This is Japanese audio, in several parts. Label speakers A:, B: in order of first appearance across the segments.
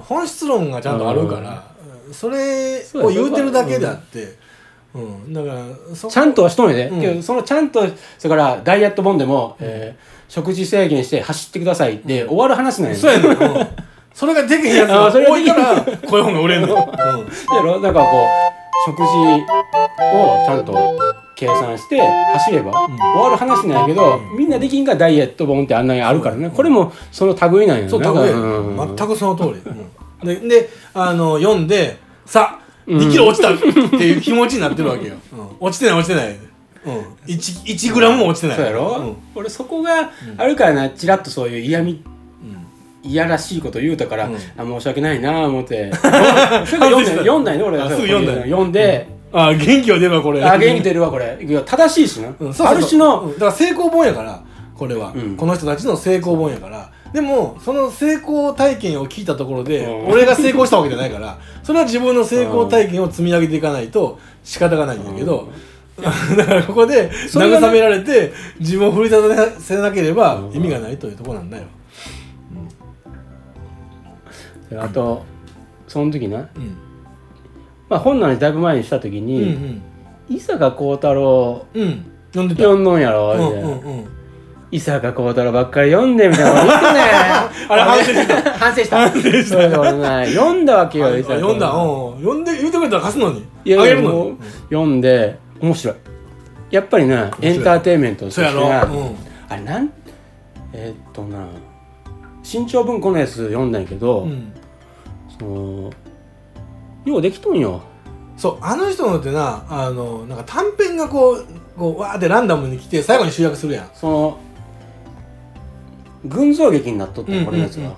A: 本質論がちゃんとあるから、それを言うてるだけであってうん、だからそ
B: ちゃんとはしとんやで、
A: うん
B: けどそのちゃんとそれからダイエット本でも、えー食事制限して走ってくださいって終わる話なんやで、
A: そうやねん、うんそれができへんやつが
B: あそれが
A: 多
B: で
A: い
B: きへ
A: か
B: ん
A: らこういう本が売れんの、うん
B: やろなんかこう食事をちゃんと計算して走れば、
A: ん
B: 終わる話なんやけど、みんなできんがダイエット本ってあんなにあるからね、これもその類なんや
A: そう、
B: な
A: た
B: んか
A: ぶ
B: うん
A: ん、全くその通り。うん、でであの、読んで、さあ、
B: ん
A: 2キロ落ちたっていう気持ちになってるわけよ。うん落ちてない、落ちてない。うん、1, 1グラムも落ちてない。
B: そうやろ、
A: ん
B: 俺そこがあるからなちらっとそういう嫌みいやらしいこと言うたから、
A: うん
B: あ申し訳ないなあ思って それから読んだよ読んだよね俺
A: あすぐ読んだよ
B: 読んで、
A: あ、元気は出るわ、これ。
B: あ元気出るわこれいや正しいしな、
A: うんそうそうそう
B: ある種の、
A: うんだから成功本やから、これは、
B: うん
A: この人たちの成功本やから。でも、その成功体験を聞いたところで、
B: うん
A: 俺が成功したわけじゃないから、それは自分の成功体験を積み上げていかないと仕方がないんだけど、 だからここで
B: それが
A: 慰
B: ね
A: められて、自分を振り立たせなければ意味がないというところなんだよ。
B: あとその時な、
A: うん。
B: まあ、本の話だいぶ前にした時
A: うんう
B: に
A: ん。
B: 「伊坂幸太郎
A: うん。読んでた。
B: 読んのんやろ」
A: う
B: み
A: ん
B: たいな
A: うんうん。
B: 伊坂幸太郎ばっかり読んでみたいなこと言ってね
A: あれ反省して
B: た反省した反省
A: した
B: 読んだわけ
A: あ
B: よ伊坂
A: 読んだ。うん。読んで、言うてくれたら貸すのに。
B: いや
A: あげ
B: いや
A: るの
B: もう
A: に。
B: 読んで面白いやっぱりな
A: 白い
B: エンターテインメントとし
A: そ
B: て
A: うやろ。
B: な
A: うん。
B: あれなんえーっとな新潮文庫のやつ読んだんやけど、
A: うん
B: そのようできとんよ
A: そうあの人のってなあのなんか短編がこうこうわーってランダムに来て最後に集約するやん
B: その群像劇になっとったこれのやつが、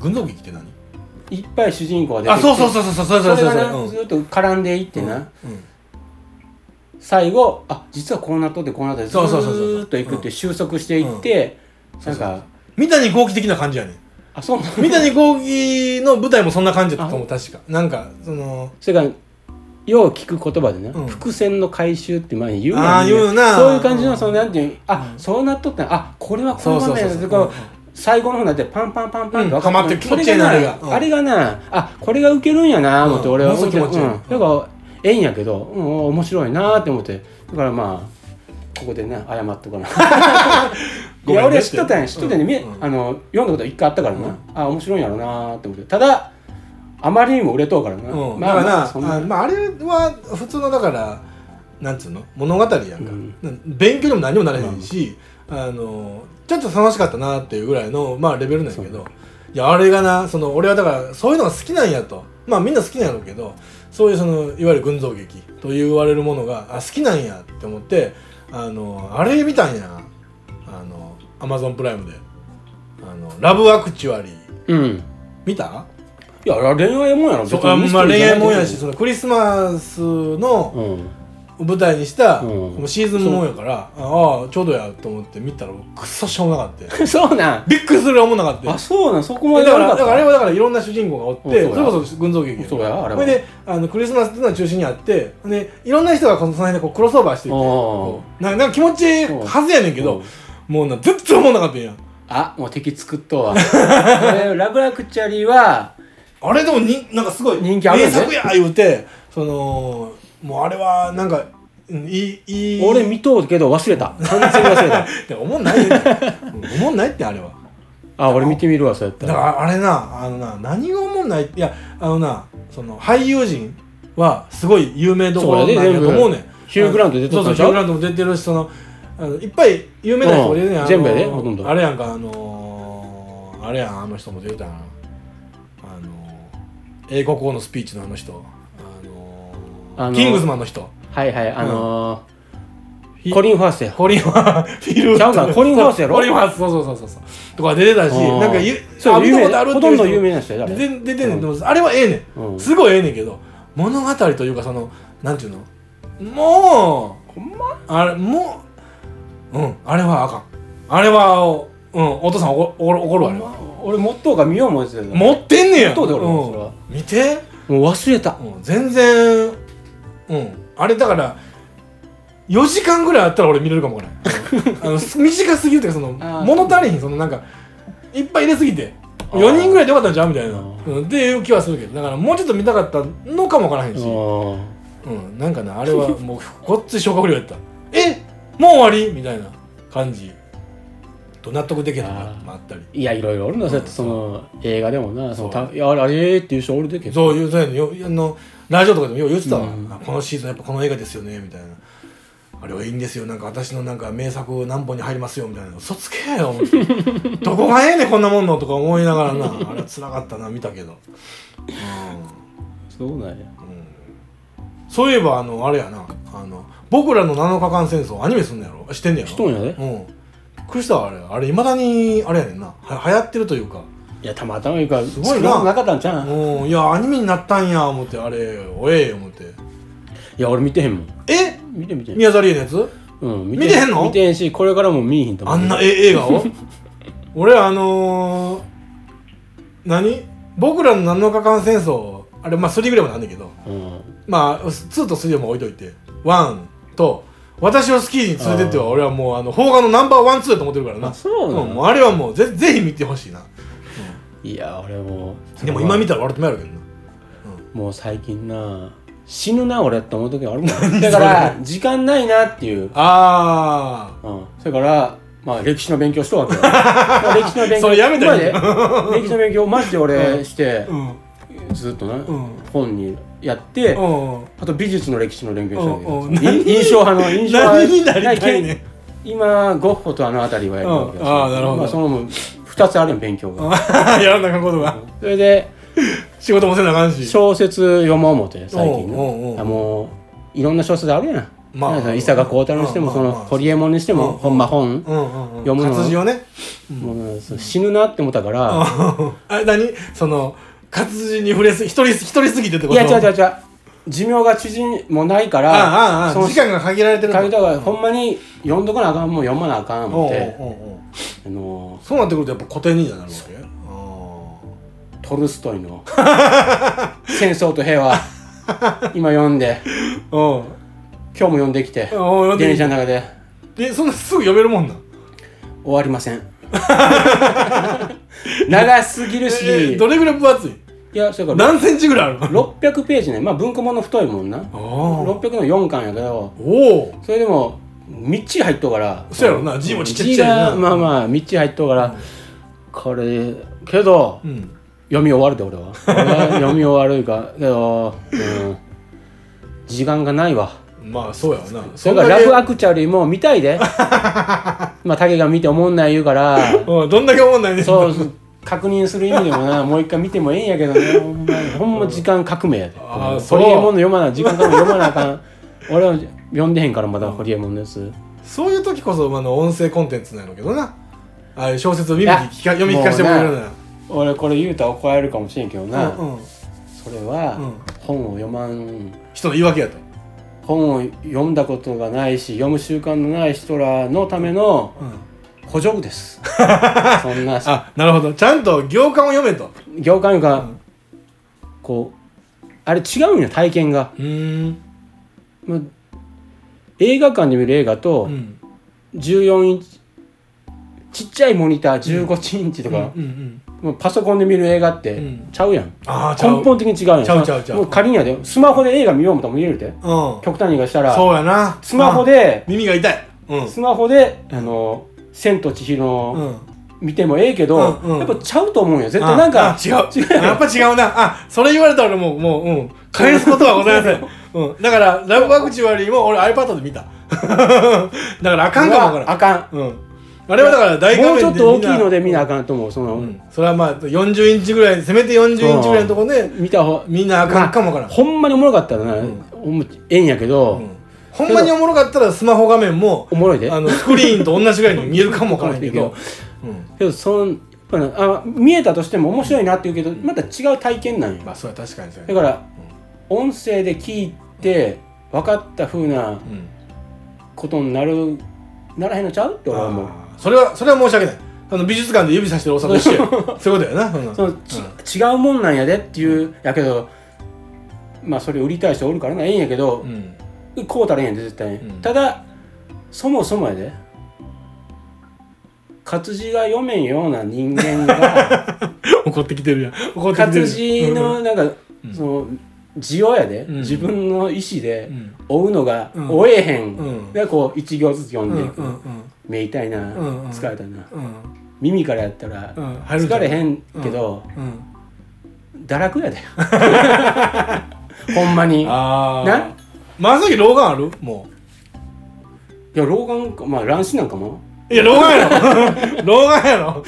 A: 群像劇って何
B: いっぱい主人公が出て
A: あ
B: きて
A: そうそうそうそうそうそ
B: そうれ
A: そう
B: が
A: そ
B: な、
A: う
B: ずっと絡んでいって
A: うん
B: な、
A: うん
B: 最後あ実はこうなっとってこうなっとってず
A: そうそうそうそう
B: ーっといくって収束していって、なんか
A: 三谷幸喜的な感じやねん
B: あそうなん
A: 三谷幸喜の舞台もそんな感じだったと思う
B: あ
A: 確かなんかその
B: それからよう聞く言葉でね、
A: うん
B: 伏線の回収って前に言うやん
A: あー言うな
B: そういう感じ
A: う
B: の
A: ん
B: そのなんていうあ、
A: うん
B: そうなっとったなあこれはこ
A: そ
B: の
A: うそ
B: 場
A: うそ
B: 面
A: うそ
B: だと
A: う
B: か最後の方になってパンパンパンパンって分
A: うんはまってる
B: それ
A: 気持ちいいなあ
B: が
A: れ
B: な
A: がうん
B: あれがなあこれがウケるんやな思って
A: うん
B: 俺は思
A: もの
B: って
A: すご
B: るう
A: く気
B: ん
A: 持ちいい
B: だからええんやけど、うん、面白いなーって思ってだからまあここでね謝 っとかない
A: ごめんね
B: や俺は知っとったんや知っとったんや、
A: うん
B: み
A: うん
B: あの読んだこと一回あったからな、
A: うん
B: あ面白いんやろなーって思ってただあまりにも売れとうからな、
A: うんだからな
B: そんな
A: あまああれは普通のだからなんつうの物語やんか
B: うん
A: 勉強にも何にもなれへんしあのちょっと楽しかったなっていうぐらいのまあレベルなんやけどいやあれがなその俺はだからそういうのが好きなんやとまあみんな好きなんやろうけどそういうそのいわゆる群像劇と言われるものがあ好きなんやって思ってあのあれ見たんやあのアマゾンプライムであの「ラブ・アクチュアリー
B: うん」
A: 見た
B: いや、あれ恋愛もんやろ。
A: そう
B: 別に
A: あまあ
B: ミステリー
A: 恋
B: じゃな
A: 愛
B: い
A: もんやしそのクリスマスの
B: うん。
A: 舞台にした
B: うん
A: このシーズンもんやから、ああちょうどやと思って見たらクソしょうもなかった
B: そうなん。
A: びっくりするようもなかった
B: あ、そうなん。そこま
A: だ
B: で悪
A: からだからあれ
B: か
A: は
B: っ
A: だからいろんな主人公がおって、
B: うんそうや
A: それこそ群像劇や
B: そうやあれは
A: それであのクリスマスっていうのは中心にあってでいろんな人がこのその辺でこうクロスオーバーしてい
B: た。
A: て
B: お
A: こうなんかなんか気持ちいいはずやねんけど、もうな全然おもんなかったんや
B: あ、もう敵作っとうわ。 えーラブラクチャリーは、
A: あれでもになんかすごい
B: 人気あるよね
A: 名作や言うてそのもうあれはなんかうんいいいい
B: 俺見とうけど忘れた。完全に忘 れた。
A: って思んないよ うん思んないってあれは
B: あ、俺見てみるわ、そうやった。
A: だかららあれなあのな何が思んないいやあのなその俳優陣はすごい有名どころなんやと思うねん
B: ヒューグラント出て
A: そう
B: た
A: そう
B: でし
A: ヒューグ
B: ょ
A: ラントも出てるしそのあのいっぱい有名な人も出てるやあ
B: うんん
A: の
B: 全部やでほとんど
A: あれやんかあのーあれやんあの人も出てたなあのー英国王のスピーチのあの人あのー
B: あのー
A: キングスマンの人
B: はいはい、あの
A: ひ
B: ー、コリン・ファースや。
A: コリンはフィル
B: ちゃうかコリンファースやろ
A: コリンファースそうそうそうそうそうとか出てたし
B: うん
A: なんかゆ
B: そう、
A: 見た
B: 有名
A: ことあるって
B: ほ
A: いう人
B: とんど有名な人やであれ。
A: で出てんねんでもあれはええね
B: うんん
A: すごいええねんけど物語というかそのなんていうのもう
B: ほんま
A: あれもううんあれはあかんあれはうんお父さん怒怒る怒るわあれは
B: 俺持っとうから見よう思ってたけども
A: 持ってんねや
B: 持っとうで俺もそれは
A: うん見て
B: う忘れた。
A: うん全然うんあれだから4時間ぐらいあったら俺見れるかもこれ あのす短すぎるっていうかその
B: あー
A: 物足りひんそのなんかいっぱい入れすぎて
B: あー
A: 4人ぐらいでよかったんちゃうみたいな、
B: あー
A: うん、っていう気はするけどだからもうちょっと見たかったのかもわからへんし、
B: あ
A: うん、なんかねあれ はもうこっち消化不良やったえもう終わりみたいな感じと納得できへんのが
B: あー
A: まああったり
B: ーいやいろいろおるなそうやってその映画でもなそのたいやあれあれっていう人おるで結
A: そ
B: 構
A: ういうそうやねんよあのラジオとかでもよう言ってたわ、
B: うん
A: あこのシーズンやっぱこの映画ですよねみたいなあれはいいんですよなんか私のなんか名作何本に入りますよみたいな嘘つけやよ思って どこがええねんこんなもんのとか思いながらなあれは辛かったな見たけど、
B: そうなん
A: うん
B: や
A: うん、そういえばあのあれやなあの僕らの7日間戦争アニメすんのやろしてんねやろ
B: しとんやで
A: うんびっくりしたわあれあれいまだにあれやねんなは流行ってるというか
B: いやたまたまいうかす
A: ごいな
B: なかったんちゃう
A: うんいやアニメになったんや思ってあれおええ思って
B: いや俺見てへんもん
A: え
B: 見て見て
A: 宮沢りえのやつ
B: うん
A: 見てへんの
B: 見てへんしこれからも見えへんと思
A: あ
B: うん
A: なえ映画 を俺あのー、何僕らの7日間戦争あれまあ3ぐらいまであんだけど
B: うん
A: まあ2と3はもう置いといて1と私をスキーに連れてっては
B: あー
A: 俺はもうあの邦画のナンバーワンツーだと思ってるからな
B: あそうなの
A: んもうあれはもうぜぜひ見てほしいない
B: や俺もう
A: でも今見たら笑ってもやるけどな
B: もう最近な死ぬな俺って思う時あるもんだから時間ないなっていう、
A: あ
B: うん、それからまあ歴史の勉強しとるわけ よまあ歴史の勉
A: そ
B: 強
A: れやめたらいい
B: マジで歴史の勉強マジで俺して
A: あ、うん
B: ずっとな、
A: ん
B: 本にやって、
A: うん
B: あと美術の歴史の勉強した
A: うんうん
B: わけよい印象派の印象派
A: 何になりたいねん
B: 今ゴッホとあの辺りはやるわけ
A: う
B: よ
A: んあーなるほど
B: まあ、その2つあるよ勉強が
A: やらなあかんことが
B: それで
A: 仕事もせなあかんし
B: 小説読もう思って最近
A: おうおうおう
B: のあもういろんな小説あるやん、
A: まあ
B: なんか伊坂幸太郎にしても
A: まあ
B: そ
A: まあ
B: のホリエモンにして
A: うん
B: も本間本
A: うんうんうん
B: 読むの
A: 活字をね
B: もうそう死ぬなって思ったから
A: あ何その活字に触れすぎ一人一人すぎてってこ
B: い
A: と
B: や違う違う違う寿命が縮もないか
A: あああ
B: ら
A: あ
B: その
A: 時間が限られてる
B: 書いた
A: が
B: がほんまに読んどかなあかんもん読まなあかん思ってあの
A: そうなってくるとやっぱ古典にはなるわけあ
B: トルスト イの「戦争と平和」今読んで
A: あ
B: 今日も読んできて
A: うん
B: 電車の中で
A: でそんなすぐ読めるもんなん
B: 終わりませ ん長すぎる
A: え
B: し
A: どれぐらい分厚い
B: いやそれから
A: 何センチぐらいあるの
B: 600ページねまあ文庫もの太いもんな
A: ああ
B: 600の4巻やけど
A: おお
B: それでもみっちり入っとうから
A: そうやろな字もちっちゃいし
B: 字が
A: な
B: まあまあみっちり入っとうからこれけど
A: うん
B: 読み終わるで俺 は俺は読み終わるかけど、うん、時間がないわ
A: まあそうやろな
B: それからラブアクチャリーも見たい でまあ竹が見て思んない言うから
A: うんどんだけ思んないねん
B: そうそう確認する意味でもなもう一回見てもええんやけどねほんまほんま時間革命やで
A: あー
B: ホリエモンの読まな時間革命読まなあかん俺は読んでへんからまだホリエモンのやつ
A: そういう時こそあの音声コンテンツなんやろうけどなああいう小説を耳に聞か
B: いや
A: 読み聞かせてもらえるのよ
B: 俺これ言うたら怒られるかもしれんけどな、
A: うんうん
B: それは
A: うん
B: 本を読まん
A: 人の言い訳やと
B: 本を読んだことがないし読む習慣のない人らのための補助具です そんな
A: あなるほどちゃんと行間を読めと
B: 行間いうか、
A: うん
B: こうあれ違うんよ体験が、
A: うん
B: まあ、映画館で見る映画と、
A: うん
B: 14インチちっちゃいモニター15インチとか、
A: うんうん
B: もうパソコンで見る映画って、
A: うん
B: ちゃうやん
A: ああちゃう
B: 根本的に違うやん
A: ちゃうちゃうちゃう
B: もう仮にやでスマホで映画見よう思ったら見れるで
A: うん
B: 極端に言い方したら
A: そうやな
B: スマホ
A: で
B: で
A: 耳が痛いうん
B: スマホで「あの千と千尋」
A: う
B: の
A: ん
B: 見てもええけど、
A: うんうん
B: やっぱちゃうと思うんよ絶対なん
A: あ
B: か
A: あ違う違うやっぱ違うなあそれ言われたら俺もうもううん返すことはございませんうんだからラブアクチュアリーも俺 iPad で見た だからあかんかもわからん
B: あかん
A: うんあれはだから大画
B: も
A: 面
B: う
A: で
B: ちょっと大きいの
A: で
B: で見なあかんと思うその、
A: それはまあ40インチぐらいせめて40インチぐらいのとこで
B: 見た方
A: みんなあかんかもわからん
B: ほんまにおもろかったらな、
A: ん
B: ほんまええんやけど、
A: うんほんまにおもろかったらスマホ画面も
B: おもろいで
A: あのスクリーンと同じぐらいに見えるかもわからんけ どうん
B: けどそのやっぱねあ見えたとしても面白いなって言うけどまた違う体験なんよ
A: まあそれは確かにそうや
B: だ
A: ね
B: から音声で聞いて分かったふうな
A: うん
B: ことになるならへんのちゃうって俺は思う
A: あーそれはそれは申し訳ないあの美術館で指さしてるおっさんと 一緒やそういうことやなそんな
B: そのち違うもんなんやでっていうやけどまあそれ売りたい人おるからなええんやけど
A: う、ん
B: こうたらええんやで絶対に、
A: うん
B: ただそもそもやで活字が読めんような人 間が
A: 怒ってきてるやん怒ってきてる
B: 活字のなんか、
A: うん
B: その字をやで、
A: うん
B: 自分の意思
A: う
B: で
A: ん
B: 追うのが
A: うん
B: 追えへん、
A: うん
B: でこう一行ずつ読
A: うん
B: ん
A: う
B: でい
A: ん
B: く、
A: うん
B: 目痛いな、
A: うんうん
B: 疲れた
A: う
B: な
A: ん
B: 耳からやったら、
A: うん入るんじゃ
B: 疲
A: ん
B: れへんけど、
A: うん
B: 堕 落やだよほんまにいや
A: あ
B: な
A: あまさき老眼あるも
B: 老眼かまあ乱視なんかも
A: ういや老眼や ろ老眼やろ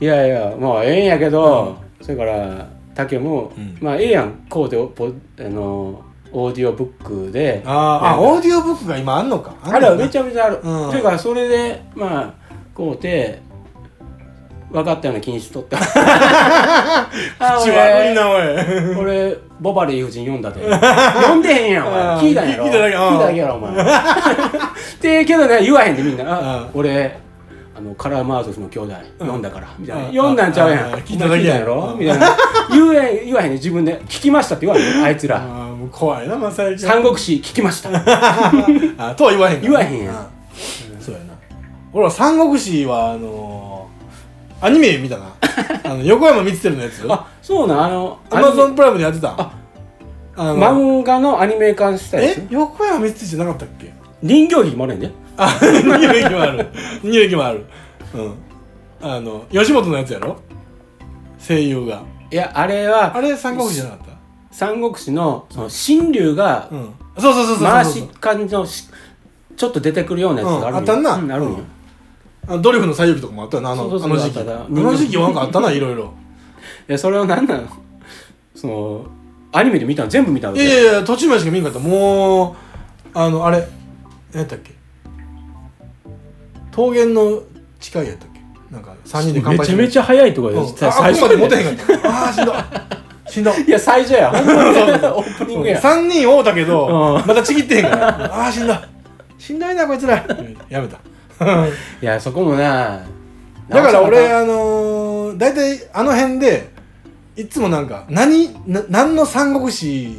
B: いやいやまあええんやけど、それから竹も、
A: うん
B: まあええやんこうでポあのオーディオブックで
A: あああオーディオブックが今あんのかあん
B: あ
A: の
B: れ
A: か
B: は
A: な
B: めちゃめちゃある、
A: うん
B: ていうかそれでまあこうて分かったような気にしとったあ
A: 口悪いなおい
B: 俺俺ボバリー夫人読んだで読んでへん やんお
A: あー
B: 前聞いたんやろ
A: 聞いただけうん
B: 聞いただけやろお前ってけどね言わへんでみんな
A: うん
B: あ俺あのカラーマーゾフの兄弟読んだからみたいな
A: うん
B: 読んだんちゃうやん
A: うん聞いただけやん
B: お前聞いたんやろみたいな言えん言わへんで自分で聞きましたって言わへんであいつら
A: ああもう怖いなまさき
B: 三国志聞きました
A: あとは言わへんから
B: 言わへんやん
A: うんそうやな俺は三国志はあのーアニメ見た なあの横山光輝のやつ
B: あそうなんあの
A: アマゾン
B: ア
A: プライムでやってた
B: あ
A: あ
B: ニメ漫画のアニメ化したやつ
A: え横山光輝じゃなかったっけ
B: 人形劇もあるんで
A: あ二歴もある二歴もあるうんあの吉本のやつやろ声優が
B: いやあれ
A: あ
B: は
A: れ三国志じゃなかった
B: 三国志のその神龍が
A: うんそうそうそうそうそう
B: 回し感じのしちょっと出てくるようなやつがある
A: うんあったんな
B: うんあるんよ、
A: うんあのドリフの最有期とかもあったよなあの
B: そうそうそう
A: あの時期
B: あ
A: あ
B: ったな
A: の時期なんかあったないろいろ
B: えそれを何なのそのアニメで見たの全部見たの
A: いやいやいや途中までしか見んかったもうあのあれ何やったっけ桃源の誓いやったっけなんか3人で乾
B: め
A: 杯
B: ちゃめちゃ早いとこ
A: う
B: で
A: ん
B: 実は
A: あ最初
B: 最
A: まで
B: 初
A: 持てへんかったあーしんどいしんど
B: いや最初 やほんまにオープニングや
A: 3人会うたけど、
B: うん
A: またちぎってへんから あーしんどいしんどいなこいつらやめた
B: いやそこもな
A: だから俺
B: 直さなあかん
A: あのー大体あの辺でいつもなんか何な何の三国志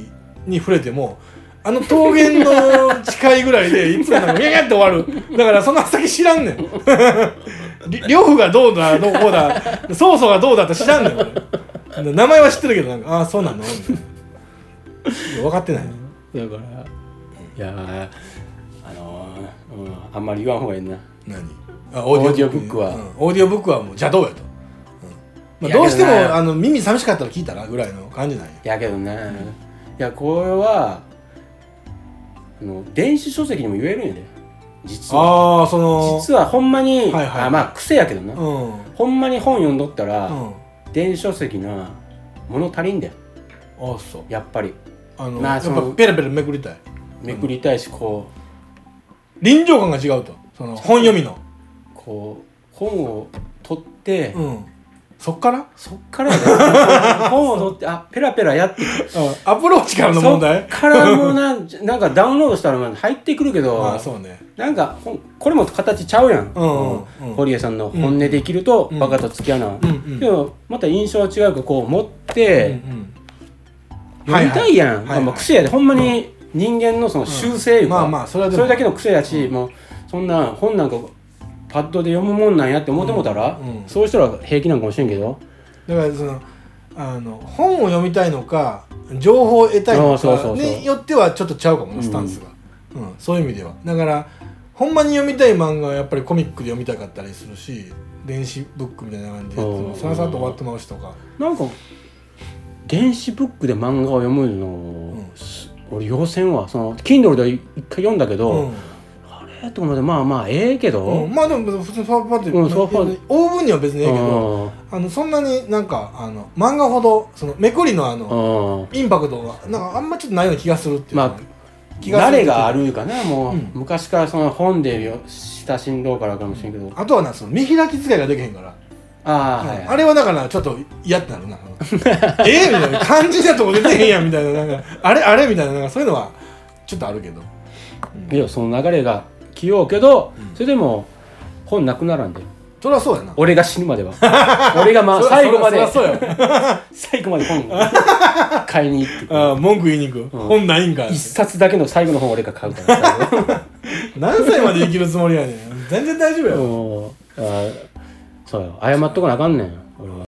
A: に触れてもあの桃源の誓いぐらいでいつもなんかギャギャって終わるだからその先知らんねん り呂布がどうだどうこうだ曹操がどうだって知らんねん俺名前は知ってるけどなんかああーそうなのみたいないや分かってない
B: だからいやあのーうん、あんまり言わん方がいいな
A: 何あ
B: オ
A: オ
B: ー
A: ー
B: デ
A: ディ
B: ィオ
A: オ
B: ブ
A: ブ
B: ッ
A: ッ
B: ク
A: ク
B: は
A: は、うんオーディオブックはもう邪道やと、うん
B: い
A: まあ、
B: や
A: どうしても
B: けどな
A: あの耳寂しかったら聞いたらぐらいの感じなんや
B: やけどね、いやこれはあの電子書籍にも言えるんやで実は
A: ああその
B: 実はほんまに、
A: はいはい
B: あまあ癖やけどな、
A: うんうん
B: ほんまに本読んどったら、
A: あ
B: 電子書籍な物足りんだよ
A: そう
B: やっぱり
A: あの
B: まあ
A: やっ
B: そ
A: ぱ
B: の
A: ペラペラめくりたい
B: めくりたいしこ
A: 臨場感が違うとその本読みの
B: うこう本を取って、
A: うんそっから
B: そっからや で本を取ってあペラペラやって
A: アプローチからの問題
B: そっからもうなんなんかダウンロードしたらまあ入ってくるけど、
A: ああそうね
B: なんかほんこれも形ちゃうやん、
A: うんうんうん
B: 堀江さんの本音できると
A: うん
B: バカと付き合うな、
A: うんうん
B: でもまた印象は違うからこう持っ
A: うん
B: て
A: うん
B: 読みたいやん、
A: はいはい
B: まあ、癖やでほんまに人間のその修正いうか、
A: まあまあそれはで
B: そ
A: も
B: れだけの癖やし、もうそんな本なんかパッドで読むもんなんやって思ってもたら、
A: うんうん
B: そういう人ら平気なんかもしれんけど
A: だからそのあの本を読みたいのか情報を得たい
B: あー
A: の
B: そうそうそ
A: か
B: う
A: によってはちょっとちゃうかもなスタンスが、うんそういう意味ではだからほんまに読みたい漫画はやっぱりコミックで読みたかったりするし電子ブックみたいな感じで
B: うん
A: さらさらと終わってまうしとか、
B: なんか電子ブックで漫画を読むの、
A: ん
B: す俺要せんわその Kindle で一回読んだけど、
A: うん
B: あれと思ってまあまあええけど、
A: うんまあでも普通にファファって、
B: うんファファ
A: 大分には別にええけど
B: うん
A: あのそんなになんかあの漫画ほどそのめくりのあの
B: うん
A: インパクトがなんかあんまちょっとないような気がするっていう
B: ま
A: か、
B: あ
A: 気がする
B: 慣れがあるかなもう、
A: うん
B: 昔からその本でよ親しんどうからかもしれんけど
A: あとはなその見開き使いができへんから
B: ああ、はいはい
A: あれはだからちょっと嫌ってなるなえみたいな肝心なとこ出てへんやんみたいななんかあれあれみたいななんかそういうのはちょっとあるけど
B: いやその流れが来ようけど、
A: うん
B: それでも本なくならんで
A: それはそうやな
B: 俺が死ぬま では俺がまあ
A: そ
B: 最後まで
A: そりゃそうや
B: 最後まで本 買いに行って
A: あー文句言いに行く、
B: うん
A: 本ないんか
B: 一冊だけの最後の 本俺が買うから
A: 何歳まで生きるつもりやねん全然大丈夫やろ、
B: もうあそうよ謝っとかなあかんねん俺は